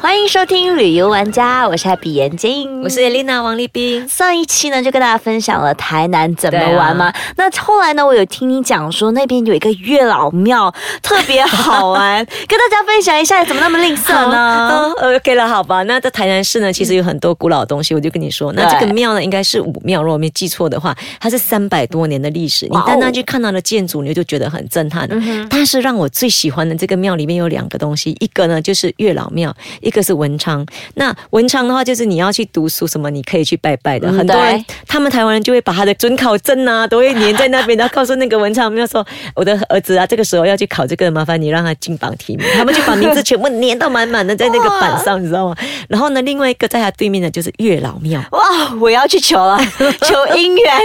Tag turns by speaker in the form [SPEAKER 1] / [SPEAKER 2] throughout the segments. [SPEAKER 1] 欢迎收听《旅游玩家》，我是 Happy 眼镜，
[SPEAKER 2] 我是 Elena 王立斌。
[SPEAKER 1] 上一期呢，就跟大家分享了台南怎么
[SPEAKER 2] 对啊
[SPEAKER 1] 玩嘛。那后来呢，我有听你讲说那边有一个月老庙特别好 玩，跟大家分享一下，怎么那么吝啬呢？
[SPEAKER 2] 嗯，OK 了，好吧。那在台南市呢，其实有很多古老的东西，我就跟你说，那这个庙呢，应该是武庙，如果我没记错的话，它是三百多年的历史。你
[SPEAKER 1] 哇哦
[SPEAKER 2] 单单去看它的建筑，你就觉得很震撼。
[SPEAKER 1] 嗯
[SPEAKER 2] 但是让我最喜欢的这个庙里面有两个东西，一个呢就是月老庙，一个是文昌。那文昌的话，就是你要去读书什么，你可以去拜拜的。
[SPEAKER 1] 嗯
[SPEAKER 2] 很多人
[SPEAKER 1] 对，
[SPEAKER 2] 他们台湾人就会把他的准考证啊，都会粘在那边，然后告诉那个文昌庙说，我的儿子啊，这个时候要去考这个，麻烦你让他金榜题名。他们就把名字全部粘到满满的在那个板上，你知道吗？然后呢，另外一个在他对面的就是月老庙。
[SPEAKER 1] 哇，我要去求 了，求姻缘。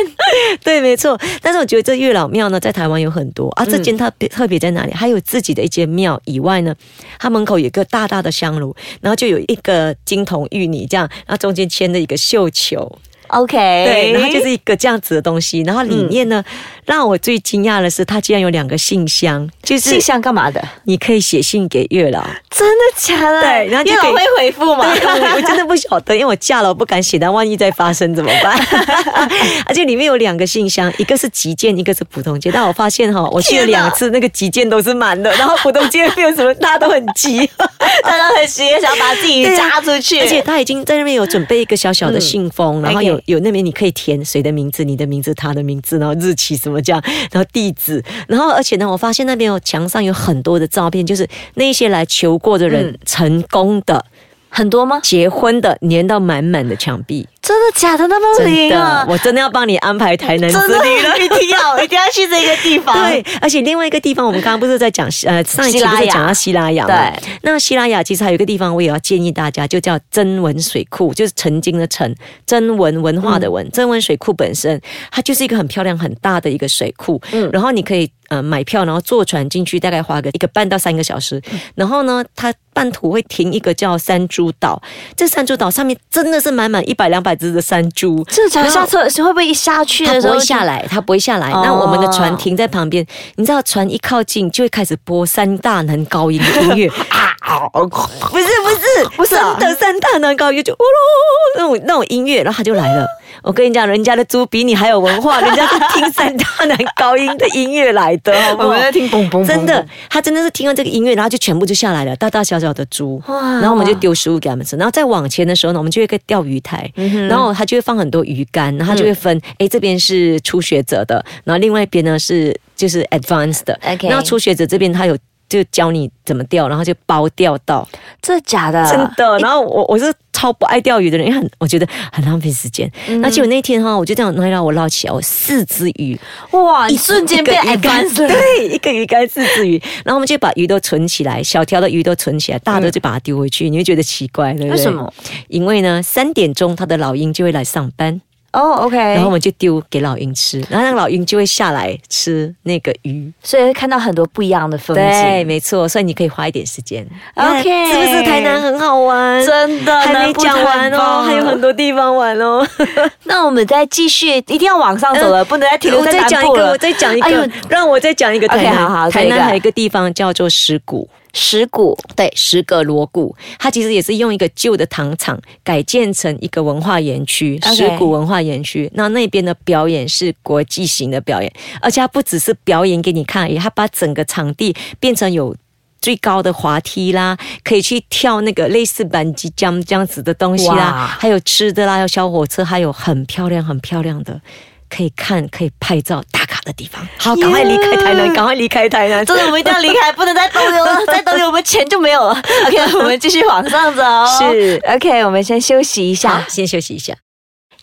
[SPEAKER 2] 对，没错。但是我觉得这月老庙呢，在台湾有很多啊。这间特别特别在哪里？还有自己的一间庙以外呢，它门口有一个大大的香炉，然后就有一个金童玉女这样，然后中间牵着一个绣球，
[SPEAKER 1] OK，
[SPEAKER 2] 对，然后就是一个这样子的东西。然后里面呢，让我最惊讶的是，它竟然有两个信箱，就是
[SPEAKER 1] 信箱干嘛的？
[SPEAKER 2] 你可以写信给月老。
[SPEAKER 1] 真的假的？
[SPEAKER 2] 对然后就
[SPEAKER 1] 月
[SPEAKER 2] 可以
[SPEAKER 1] 老会回复吗？
[SPEAKER 2] 对我我真的不晓得，因为我嫁了，我不敢写，但万一再发生怎么办？ 而且里面有两个信箱，一个是急件，一个是普通件。但我发现哈，我去了
[SPEAKER 1] 天哪
[SPEAKER 2] 两次，那个急件都是满的，然后普通件没有什么，大家都很急。
[SPEAKER 1] 大家很急，想把自己
[SPEAKER 2] 对啊
[SPEAKER 1] 扎出去，
[SPEAKER 2] 而且他已经在那边有准备一个小小的信
[SPEAKER 1] 嗯
[SPEAKER 2] 封，然后有
[SPEAKER 1] OK
[SPEAKER 2] 有那边你可以填谁的名字、你的名字、他的名字，然后日期什么这样，然后地址，然后而且呢，我发现那边有墙上有很多的照片，就是那些来求过的
[SPEAKER 1] 嗯
[SPEAKER 2] 人、成功的。
[SPEAKER 1] 很多吗？
[SPEAKER 2] 结婚的粘到满满的墙壁，
[SPEAKER 1] 真的假的？那么
[SPEAKER 2] 真
[SPEAKER 1] 灵啊
[SPEAKER 2] 的，！我真的要帮你安排台南之
[SPEAKER 1] 真的
[SPEAKER 2] 旅了。
[SPEAKER 1] 一定要一定要去这个地方。
[SPEAKER 2] 对，而且另外一个地方，我们刚刚不是在讲 呃上一期
[SPEAKER 1] 西拉
[SPEAKER 2] 不
[SPEAKER 1] 雅
[SPEAKER 2] 是讲到西拉雅吗？
[SPEAKER 1] 对，
[SPEAKER 2] 那西拉雅其实还有一个地方，我也要建议大家，就叫真文水库，就是曾经的曾，真文文化的
[SPEAKER 1] 嗯
[SPEAKER 2] 文，真文水库本身它就是一个很漂亮很大的一个水库，
[SPEAKER 1] 嗯
[SPEAKER 2] 然后你可以呃买票，然后坐船进去，大概花个一个半到三个小时，
[SPEAKER 1] 嗯
[SPEAKER 2] 然后呢，它半途会停一个叫山猪岛，这山猪岛上面真的是满满一百两百只的山猪，
[SPEAKER 1] 这假如
[SPEAKER 2] 然后
[SPEAKER 1] 下车会不会一下去
[SPEAKER 2] 它
[SPEAKER 1] 的时
[SPEAKER 2] 不
[SPEAKER 1] 候
[SPEAKER 2] 会下来，它不会下来。
[SPEAKER 1] 哦
[SPEAKER 2] 那我们的船停在旁边，你知道船一靠近就会开始播三大男高音的 音乐，不是 不是
[SPEAKER 1] 不是啊
[SPEAKER 2] 真的三大男高音就呜噜那种那种音乐，然后他就来了。我跟你讲，人家的猪比你还有文化，人家是听三大男高音的音乐来的，好
[SPEAKER 1] 哦
[SPEAKER 2] 不
[SPEAKER 3] 我
[SPEAKER 2] 好
[SPEAKER 3] 们？在听嘣嘣，
[SPEAKER 2] 真的，他真的是听到这个音乐，然后就全部就下来了，大大小小的猪，
[SPEAKER 1] 哇
[SPEAKER 2] 然后我们就丢食物给他们吃。然后再往前的时候呢，我们就有一个钓鱼台，然后他就会放很多鱼竿，然后他就会分，哎、这边是初学者的，然后另外一边呢是就是 advanced 的。
[SPEAKER 1] OK
[SPEAKER 2] 然后初学者这边他有就教你怎么钓，然后就包钓到。
[SPEAKER 1] 这假的？
[SPEAKER 2] 真的。然后我我是超不爱钓鱼的人，因为很我觉得很浪费时间。那结果那天哈，我就这样拿一捞，我捞起来，我四只鱼，
[SPEAKER 1] 哇，你瞬间变
[SPEAKER 2] 啊一个鱼竿
[SPEAKER 1] advanced 了。
[SPEAKER 2] 对，一个鱼竿四只鱼，然后我们就把鱼都存起来，小条的鱼都存起来，大的就把它丢回去，你会觉得奇怪，对不对？
[SPEAKER 1] 为什么？
[SPEAKER 2] 因为呢，三点钟它的老鹰就会来上班，
[SPEAKER 1] 哦，OK、
[SPEAKER 2] 然后我
[SPEAKER 1] o k
[SPEAKER 2] 们就丢给老鹰吃，然后那个老鹰就会下来吃那个鱼。
[SPEAKER 1] 所以会看到很多不一样的风
[SPEAKER 2] 对，
[SPEAKER 1] 景，
[SPEAKER 2] 没错，所以你可以花一点时间。
[SPEAKER 1] OK
[SPEAKER 2] 是不是台南很好玩？
[SPEAKER 1] 真的
[SPEAKER 2] 还没讲完哦，还有很。多地方玩 哦。
[SPEAKER 1] 那我们再继续，一定要往上走了，不嗯能再停留
[SPEAKER 2] 我
[SPEAKER 1] 在
[SPEAKER 2] 再讲
[SPEAKER 1] 南
[SPEAKER 2] 一
[SPEAKER 1] 部
[SPEAKER 2] 个，
[SPEAKER 1] 了。
[SPEAKER 2] 我再讲一
[SPEAKER 1] 哎
[SPEAKER 2] 个
[SPEAKER 1] 呦，
[SPEAKER 2] 让我再讲一个
[SPEAKER 1] OK，
[SPEAKER 2] 台南。
[SPEAKER 1] 好好
[SPEAKER 2] 台
[SPEAKER 1] 这
[SPEAKER 2] 南
[SPEAKER 1] 个
[SPEAKER 2] 还有一个地方叫做石鼓，
[SPEAKER 1] 石鼓，
[SPEAKER 2] 对，石葛锣鼓，它其实也是用一个旧的糖厂改建成一个文化园区，
[SPEAKER 1] OK
[SPEAKER 2] 石鼓文化园区。那那边的表演是国际型的表演，而且它不只是表演给你看而已，它把整个场地变成有。最高的滑梯啦，可以去跳那个类似板机这样这样子的东西啦
[SPEAKER 1] 哇，
[SPEAKER 2] 还有吃的啦，有小火车，还有很漂亮很漂亮的可以看可以拍照打卡的地方。好，赶快离开台南，赶快离开台南。
[SPEAKER 1] 真的我们一定要离 开，不能再逗留了，再逗留我们钱就没 有了。OK，我们继续往上走。
[SPEAKER 2] 是
[SPEAKER 1] OK，我们先休息一
[SPEAKER 2] 好
[SPEAKER 1] 下，。
[SPEAKER 2] 先休息一下。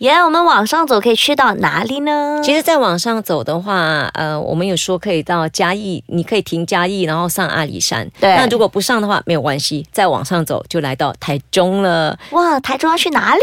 [SPEAKER 1] 耶我们往上走可以去到哪里呢？
[SPEAKER 2] 其实再往上走的话，呃，我们有说可以到嘉义，你可以停嘉义，然后上阿里山。
[SPEAKER 1] 对
[SPEAKER 2] 那如果不上的话，没有关系，再往上走就来到台中了。
[SPEAKER 1] 哇，台中要去 哪里？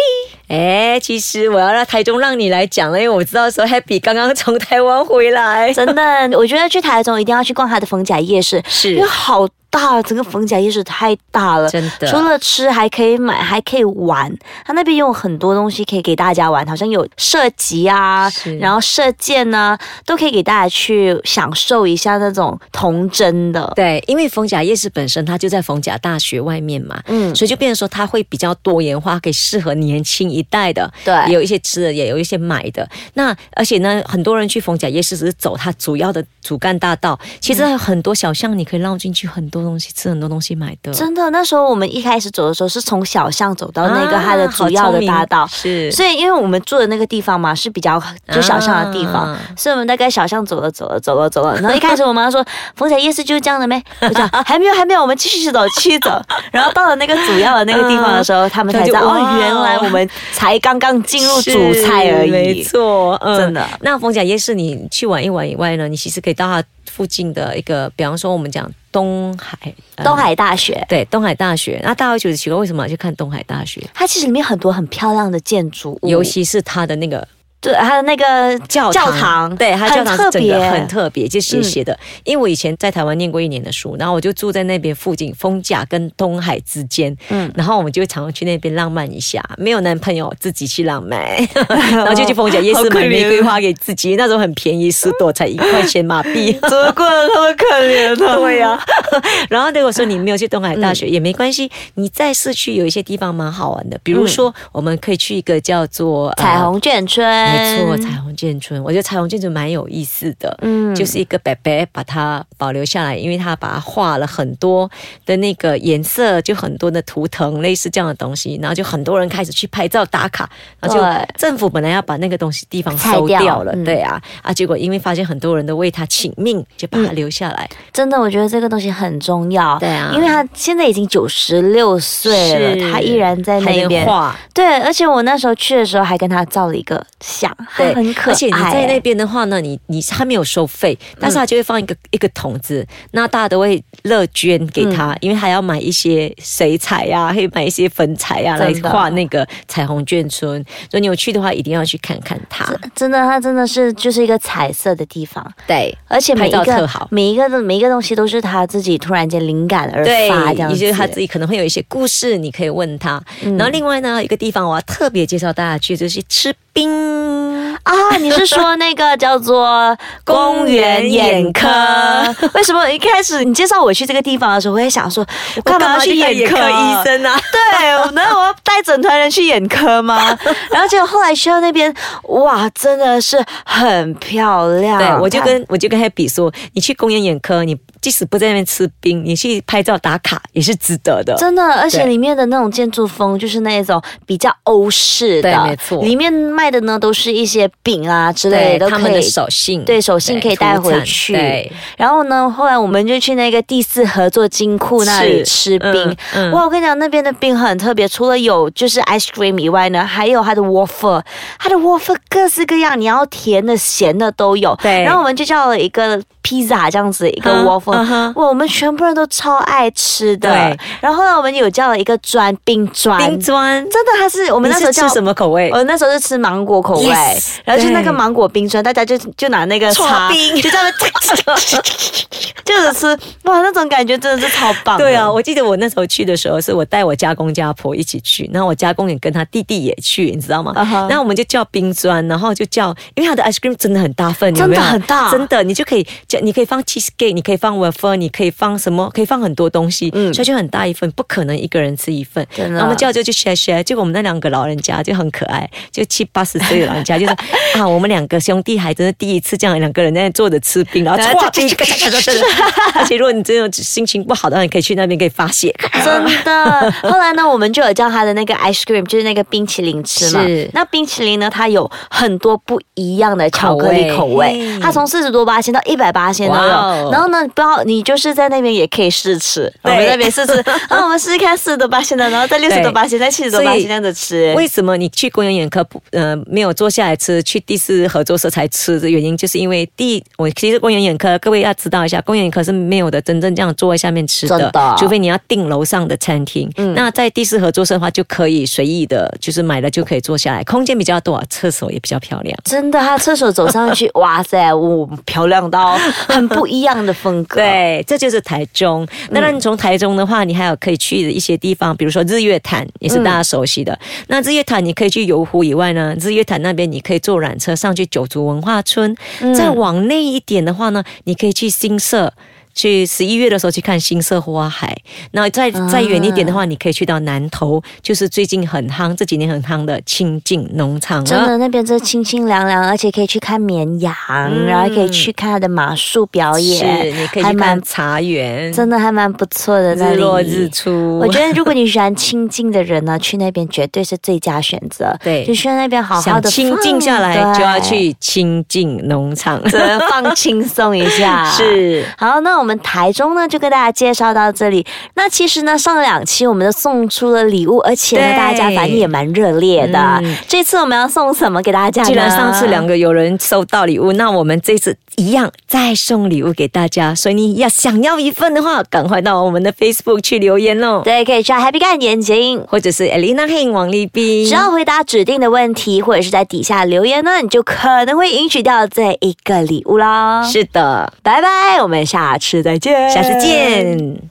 [SPEAKER 2] 哎，其实我要让台中让你来讲了，因为我知道说 Happy 刚刚从台湾回来，
[SPEAKER 1] 真的，我觉得去台中一定要去逛它的逢甲夜市，因
[SPEAKER 2] 是
[SPEAKER 1] 为好大了，整个逢甲夜市太大了，
[SPEAKER 2] 真的
[SPEAKER 1] 除了吃还可以买，还可以玩。它那边有很多东西可以给大家玩，好像有射击啊
[SPEAKER 2] 是，
[SPEAKER 1] 然后射箭呢、都可以给大家去享受一下那种童真的。
[SPEAKER 2] 对，因为逢甲夜市本身它就在逢甲大学外面嘛，
[SPEAKER 1] 嗯
[SPEAKER 2] 所以就变成说它会比较多元化，可以适合年轻一代的，
[SPEAKER 1] 对
[SPEAKER 2] 也有一些吃的，也有一些买的。那而且呢，很多人去逢甲夜市只是走它主要的主干大道，其实还有很多小巷，你可以绕进去，很多东西吃，很多东西买的。
[SPEAKER 1] 真的，那时候我们一开始走的时候是从小巷走到那个
[SPEAKER 2] 啊
[SPEAKER 1] 它的主要的大道
[SPEAKER 2] 好，聪明是，
[SPEAKER 1] 所以因为我们住的那个地方嘛是比较就小巷的地方，
[SPEAKER 2] 啊
[SPEAKER 1] 所以我们大概小巷走了走了走了走了，然后一开始我妈说逢甲夜市就是这样的咩？我讲还没有还没有，我们继续走继续 走。然后到了那个主要的那个地方的时候，他们才知道
[SPEAKER 2] 他就
[SPEAKER 1] 哦
[SPEAKER 2] 哇，
[SPEAKER 1] 原来我们才刚刚进入主菜而
[SPEAKER 2] 是没
[SPEAKER 1] 已。
[SPEAKER 2] 错，嗯
[SPEAKER 1] 真的。
[SPEAKER 2] 那逢甲夜市你去玩一玩以外呢，你其实可以到它附近的一个，比方说我们讲东海，呃
[SPEAKER 1] 东海大学，
[SPEAKER 2] 对，东海大学。那大家会觉得奇怪，为什么要去看东海大学？
[SPEAKER 1] 它其实里面很多很漂亮的建筑物，
[SPEAKER 2] 尤其是它的那个
[SPEAKER 1] 对它的那个
[SPEAKER 2] 教堂，
[SPEAKER 1] 教堂
[SPEAKER 2] 对，它教堂
[SPEAKER 1] 很特
[SPEAKER 2] 是整个
[SPEAKER 1] 别嗯
[SPEAKER 2] 很特别，就斜斜的。因为我以前在台湾念过一年的书，然后我就住在那边附近，丰甲跟东海之间，
[SPEAKER 1] 嗯
[SPEAKER 2] 嗯，然后我们就常常去那边浪漫一下。没有男朋友，自己去 浪漫，然后就去丰甲夜
[SPEAKER 1] 好
[SPEAKER 2] 市
[SPEAKER 1] 可
[SPEAKER 2] 买玫瑰
[SPEAKER 1] 怜
[SPEAKER 2] 花给自己，那时候很便宜，十朵才一块钱 马币。
[SPEAKER 1] 德国人他们可怜啊 的，对呀、
[SPEAKER 2] 然后如果说你没有去东海大
[SPEAKER 1] 嗯
[SPEAKER 2] 学、也没关系，你在市区有一些地方蛮好玩的，比如说我们可以去一个叫做、
[SPEAKER 1] 嗯
[SPEAKER 2] 呃
[SPEAKER 1] 彩。虹眷村，
[SPEAKER 2] 没错，彩虹建村，我觉得彩虹建村蛮有意思的，
[SPEAKER 1] 嗯
[SPEAKER 2] 嗯，就是一个伯伯把它保留下来，因为他把它画了很多的那个颜色，就很多的图腾，类似这样的东西，然后就很多人开始去拍照打卡，然后
[SPEAKER 1] 对
[SPEAKER 2] 就政府本来要把那个东西地方
[SPEAKER 1] 拆
[SPEAKER 2] 收
[SPEAKER 1] 掉
[SPEAKER 2] 掉了，
[SPEAKER 1] 嗯
[SPEAKER 2] 对啊，啊，结果因为发现很多人都为他请命，就把它留下来，
[SPEAKER 1] 真的，我觉得这个东西很重要。
[SPEAKER 2] 嗯对啊
[SPEAKER 1] 因为他现在已经九十六岁
[SPEAKER 2] 是
[SPEAKER 1] 了，他依然在
[SPEAKER 2] 还
[SPEAKER 1] 那
[SPEAKER 2] 能
[SPEAKER 1] 边。
[SPEAKER 2] 画，
[SPEAKER 1] 对，而且我那时候去的时候还跟他照了一个相，他
[SPEAKER 2] 对，
[SPEAKER 1] 很可爱。嗯
[SPEAKER 2] 而且你在那边的话呢，你你他没有收费，但是他就会放一个、一个桶子，那大家都会乐捐给他，
[SPEAKER 1] 嗯
[SPEAKER 2] 因为他要买一些水彩呀、可以买一些粉彩呀、来
[SPEAKER 1] 真的
[SPEAKER 2] 画那个彩虹眷村。所以你有去的话，一定要去看看它。
[SPEAKER 1] 真的，它真的是就是一个彩色的地方，
[SPEAKER 2] 对。
[SPEAKER 1] 而且每一
[SPEAKER 2] 拍照特
[SPEAKER 1] 个
[SPEAKER 2] 好
[SPEAKER 1] 每一个的每一个东西都是他自己突然间灵感而
[SPEAKER 2] 对
[SPEAKER 1] 发这样，
[SPEAKER 2] 也
[SPEAKER 1] 子。
[SPEAKER 2] 就是他自己可能会有一些故事，你可以问他。
[SPEAKER 1] 嗯
[SPEAKER 2] 然后另外呢，有一个地方我要特别介绍大家去，就是吃冰。
[SPEAKER 1] 啊，你是说那个叫做公
[SPEAKER 2] 公
[SPEAKER 1] 园
[SPEAKER 2] 园
[SPEAKER 1] 眼
[SPEAKER 2] 眼
[SPEAKER 1] 科
[SPEAKER 2] 科？
[SPEAKER 1] 为什么一开始你介绍我去这个地方的时候，我也想说，我干嘛要去眼科
[SPEAKER 2] 医？生啊？
[SPEAKER 1] 对，我难道我要带整团人去眼科 吗？然后结果后来去到那边，哇，真的是很漂亮。
[SPEAKER 2] 对，我就
[SPEAKER 1] 它
[SPEAKER 2] 跟我就跟 Happy 说，你去公园眼科，你即使不在那边吃冰，你去拍照打卡也是值得的。
[SPEAKER 1] 真的，而且
[SPEAKER 2] 对
[SPEAKER 1] 里面的那种建筑风就是那种比较欧式的，
[SPEAKER 2] 对没错
[SPEAKER 1] 里面卖的呢都是一些饼啊之类
[SPEAKER 2] 对，
[SPEAKER 1] 的，都
[SPEAKER 2] 他们
[SPEAKER 1] 可
[SPEAKER 2] 的
[SPEAKER 1] 以
[SPEAKER 2] 手信，
[SPEAKER 1] 对手信可以带回去
[SPEAKER 2] 土产对，
[SPEAKER 1] 然后呢，后来我们就去那个第四合作金库那里
[SPEAKER 2] 是
[SPEAKER 1] 吃冰。
[SPEAKER 2] 嗯嗯
[SPEAKER 1] 哇，我跟你讲，那边的冰很特别，除了有就是 ice cream 以外呢，还有它的 waffle，它的 waffle 各式各样，你要甜的、咸的都有。
[SPEAKER 2] 对
[SPEAKER 1] 然后我们就叫了一个 pizza 这样子，一个
[SPEAKER 2] 嗯
[SPEAKER 1] waffle、
[SPEAKER 2] 嗯哼
[SPEAKER 1] 哇，我们全部人都超爱吃的
[SPEAKER 2] 对。
[SPEAKER 1] 然后后来我们有叫了一个砖冰砖，
[SPEAKER 2] 冰砖。
[SPEAKER 1] 真的它是我
[SPEAKER 2] 我
[SPEAKER 1] 们那时候叫呃
[SPEAKER 2] 吃什么口味？
[SPEAKER 1] 我那时候是吃芒果口味
[SPEAKER 2] Yes，
[SPEAKER 1] 然后就那个
[SPEAKER 2] 对
[SPEAKER 1] 芒果冰砖，大家就就拿那个
[SPEAKER 2] 搓
[SPEAKER 1] 叉，
[SPEAKER 2] 冰
[SPEAKER 1] 就这 样子就是吃，哇，那种感觉真的是超棒的。
[SPEAKER 2] 对啊，我记得我那时候去的时候，是我带我家公家婆一起去，然后我家公也跟他弟弟也去，你知道吗
[SPEAKER 1] 啊哈
[SPEAKER 2] 然后我们就叫冰砖，然后就叫，因为他的 ice cream 真的很大份，
[SPEAKER 1] 真的
[SPEAKER 2] 有没有
[SPEAKER 1] 很大
[SPEAKER 2] 真的，你就可以叫，你可以放 cheesecake，你可以放 waffle，你可以放什么，可以放很多东西，
[SPEAKER 1] 嗯
[SPEAKER 2] 所以就很大一份，不可能一个人吃一份。
[SPEAKER 1] 真的
[SPEAKER 2] 然后我们叫就去 share share，结果我们那两个老人家就很可爱，就七八十岁的老人家 就说啊，我们两个兄弟还真是第一次这样两个人在那坐着吃冰，然后
[SPEAKER 1] 这
[SPEAKER 2] 唰冰，而且如果你真的心情不好的话，你可以去那边可以发泄。
[SPEAKER 1] 真 的。后来呢，我们就有叫他的那个 ice cream，就是那个冰淇淋吃嘛
[SPEAKER 2] 是。
[SPEAKER 1] 那冰淇淋呢，它有很多不一样的巧克力口
[SPEAKER 2] 口
[SPEAKER 1] 味，嗯
[SPEAKER 2] 味
[SPEAKER 1] 它从四十多八千到一百八千都有。
[SPEAKER 2] 哇哦
[SPEAKER 1] 然后呢，不要你就是在那边也可以试吃，我
[SPEAKER 2] 对
[SPEAKER 1] 们那边 试吃，然后我们试试看四十多八千的，然后再六十多八千，再七十多八千这样子吃。
[SPEAKER 2] 为什么你去公园眼科不呃没有坐下来吃，去第四合作社才吃的原因，就是因为第一我其实公园眼科各位要知道一下，公园眼科是没有的真正这样坐在下面吃
[SPEAKER 1] 真
[SPEAKER 2] 的，
[SPEAKER 1] 的嗯
[SPEAKER 2] 除非你要订楼上的餐厅。那在第四合作社的话，就可以随意的，就是买了就可以坐下来，空间比较多，厕所也比较漂亮。
[SPEAKER 1] 真的，他厕所走上去，哇塞，我、漂亮到很不一样的风 格。
[SPEAKER 2] 对，这就是台中。
[SPEAKER 1] 嗯
[SPEAKER 2] 那当你从台中的话，你还有可以去的一些地方，比如说日月潭，也是大家熟悉的。
[SPEAKER 1] 嗯
[SPEAKER 2] 那日月潭你可以去游湖以外呢，日月潭那边你可以坐缆车上去九族文化村。
[SPEAKER 1] 嗯
[SPEAKER 2] 再往内一点的话呢，你可以去新社。去十一月的时候去看新社花海，那再
[SPEAKER 1] 啊
[SPEAKER 2] 再远一点的话，你可以去到南投，就是最近很夯，这几年很夯的清境农场啊了。
[SPEAKER 1] 真的，那边真的清清凉凉，而且可以去看绵羊，然后还可以去看它的马术表演，
[SPEAKER 2] 嗯是，你可以
[SPEAKER 1] 还
[SPEAKER 2] 去
[SPEAKER 1] 蛮
[SPEAKER 2] 看茶园，
[SPEAKER 1] 真的还蛮不错的那
[SPEAKER 2] 日
[SPEAKER 1] 里。
[SPEAKER 2] 落日出。
[SPEAKER 1] 我觉得，如果你喜欢清静的人呢，去那边绝对是最佳选择。
[SPEAKER 2] 对
[SPEAKER 1] 就去那边好啊好
[SPEAKER 2] 想
[SPEAKER 1] 的
[SPEAKER 2] 清静下来，就要去清静农场。
[SPEAKER 1] 放轻松一下。。
[SPEAKER 2] 是，
[SPEAKER 1] 好，那我们台中呢就跟大家介绍到这里。那其实呢，上两期我们都送出了礼物，而且呢，
[SPEAKER 2] 对
[SPEAKER 1] 大家反应也蛮热烈的。
[SPEAKER 2] 嗯
[SPEAKER 1] 这次我们要送什么给大家呢？
[SPEAKER 2] 既然上次两个有人收到礼物，那我们这次一样再送礼物给大家。所以你要想要一份的话，赶快到我们的 Facebook 去留言哦，
[SPEAKER 1] 对，可以叫 Happy 干眼睛。
[SPEAKER 2] 或者是 Elena Heng 王立斌
[SPEAKER 1] 只。要回答指定的问题，或者是在底下留言呢，你就可能会赢取掉这一个礼物啦。
[SPEAKER 2] 是的，
[SPEAKER 1] 拜拜，我们下次再见，
[SPEAKER 2] 下次见。